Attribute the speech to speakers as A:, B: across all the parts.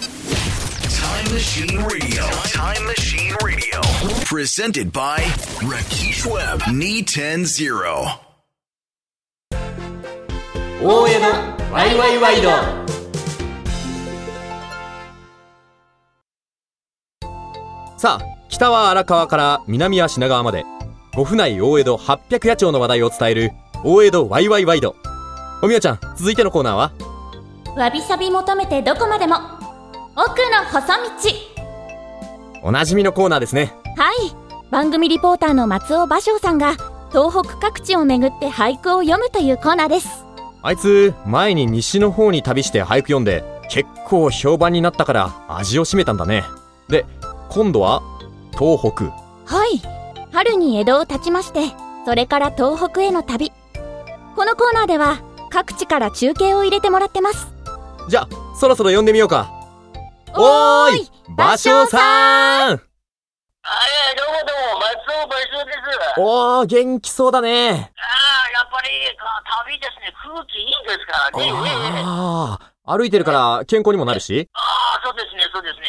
A: Time Machine Radio. Time Machine Radio. Presented by Rakesh Webb. E Knee 10 0.
B: 大江のワイワイワイドさあ北は荒川から南は品川まで五府内大江戸800夜町の話題を伝える大江戸ワイワイワイドおみやちゃん続いてのコーナーは
C: わびさび求めてどこまでも奥の細道
B: おなじみのコーナーですね
C: はい番組リポーターの松尾芭蕉さんが東北各地を巡って俳句を読むというコーナーです
B: あいつ前に西の方に旅して俳句読んで結構評判になったから味を占めたんだねで今度は東北
C: はい春に江戸を立ちましてそれから東北への旅このコーナーでは各地から中継を入れてもらってます
B: じゃあそろそろ呼んでみようか
C: おーい
B: 芭蕉さん
D: あれ、どうもどうも、松尾芭蕉です。あ
B: おー、元気そうだね。
D: あ、やっぱり、あ旅ですね、空気いいですからね。ええ
B: ああ、歩いてるから健康にもなるし。
D: ああ、そうですね、そうですね。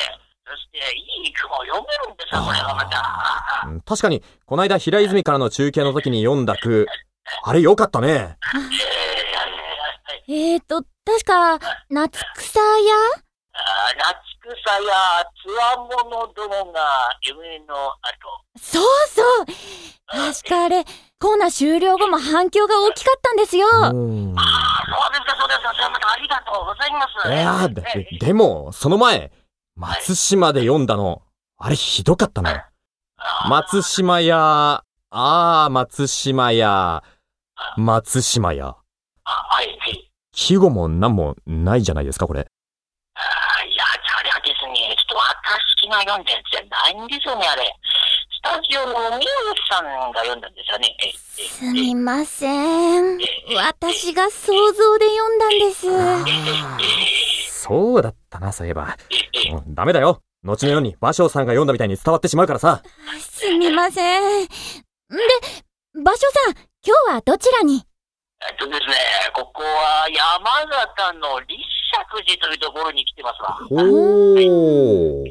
D: そして、いい句も読めるんですよ、これがまた。あ
B: うん確かに、こないだ平泉からの中継の時に読んだ句、あれ良かったね。
D: ええいやいやいやいや
C: えーと確か夏草屋
D: ああ、なちくさや、つわものどもが、夢の後。
C: そうそう確かあれコーナー終了後も反響が大きかったんですよ
B: うん
D: あそうですか、そうですか、それはまたありがとうございます。
B: いやー
D: ええ
B: で、でも、その前、松島で読んだの、あれひどかったね。松島や、あー松島や、松島や。
D: あはい、はい。
B: 季語も何もないじゃないですか、これ。
D: あいや、それはですね、ちょっと私が読んだやつじゃないんですよね、あれ。スタジオのミオさんが読んだんですよね。え
C: すみません私が想像で読んだんです
B: そうだったな、そういえば。うんダメだよ。後のように、芭蕉さんが読んだみたいに伝わってしまうからさ。
C: すみません。んで、芭蕉さん、今日はどちらに
D: えっとですね、ここは山形の立石寺というところに来てますわ。
B: お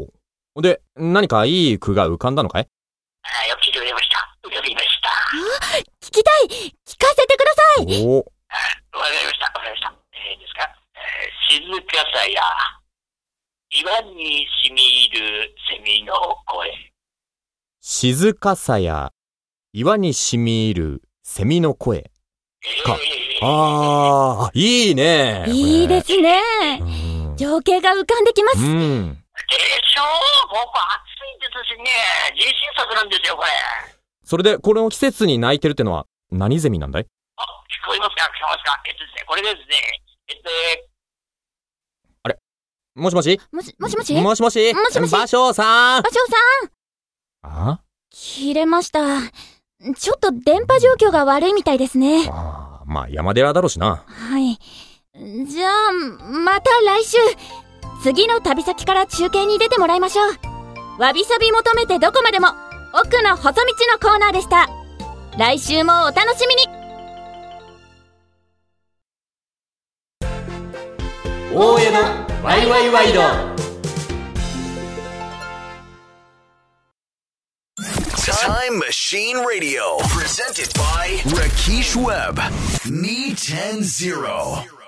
B: ー。で、何かいい句が浮かんだのかい
D: あよく聞いてくれました。よく聞きました。
C: 聞きたい聞かせてくださ
B: お
C: い
B: ー。
D: わかりました、わかりました。えー、いいですか、えー、静かさや、岩に染み入るセミの声。
B: 静かさや、岩に染み入る、セミの声。か
D: えー
B: あー、いいね
C: いいですね。
B: うん。
C: 情景が浮かんできます。
B: うん。
D: でしょうここ暑いですしね、自信作なんですよ、これ。
B: それで、この季節に泣いてるってのは、何ゼミなんだい
D: あ、聞こえますか聞こえますかえっとですね、これですね、えっと、
B: もしもし
C: もし、もしもし芭
B: もしもし
C: もしもし
B: 芭蕉さん
C: 蕉さん
B: あ
C: 切れました。ちょっと電波状況が悪いみたいですね。
B: あー、まあ山寺だろうしな。
C: はい。じゃあ、また来週次の旅先から中継に出てもらいましょう。わびさび求めてどこまでも奥の細道のコーナーでした。来週もお楽しみに
B: 大江のワイワイワイド
A: Time Machine E Radio. Presented by Rakesh Webb. Knee 10 0.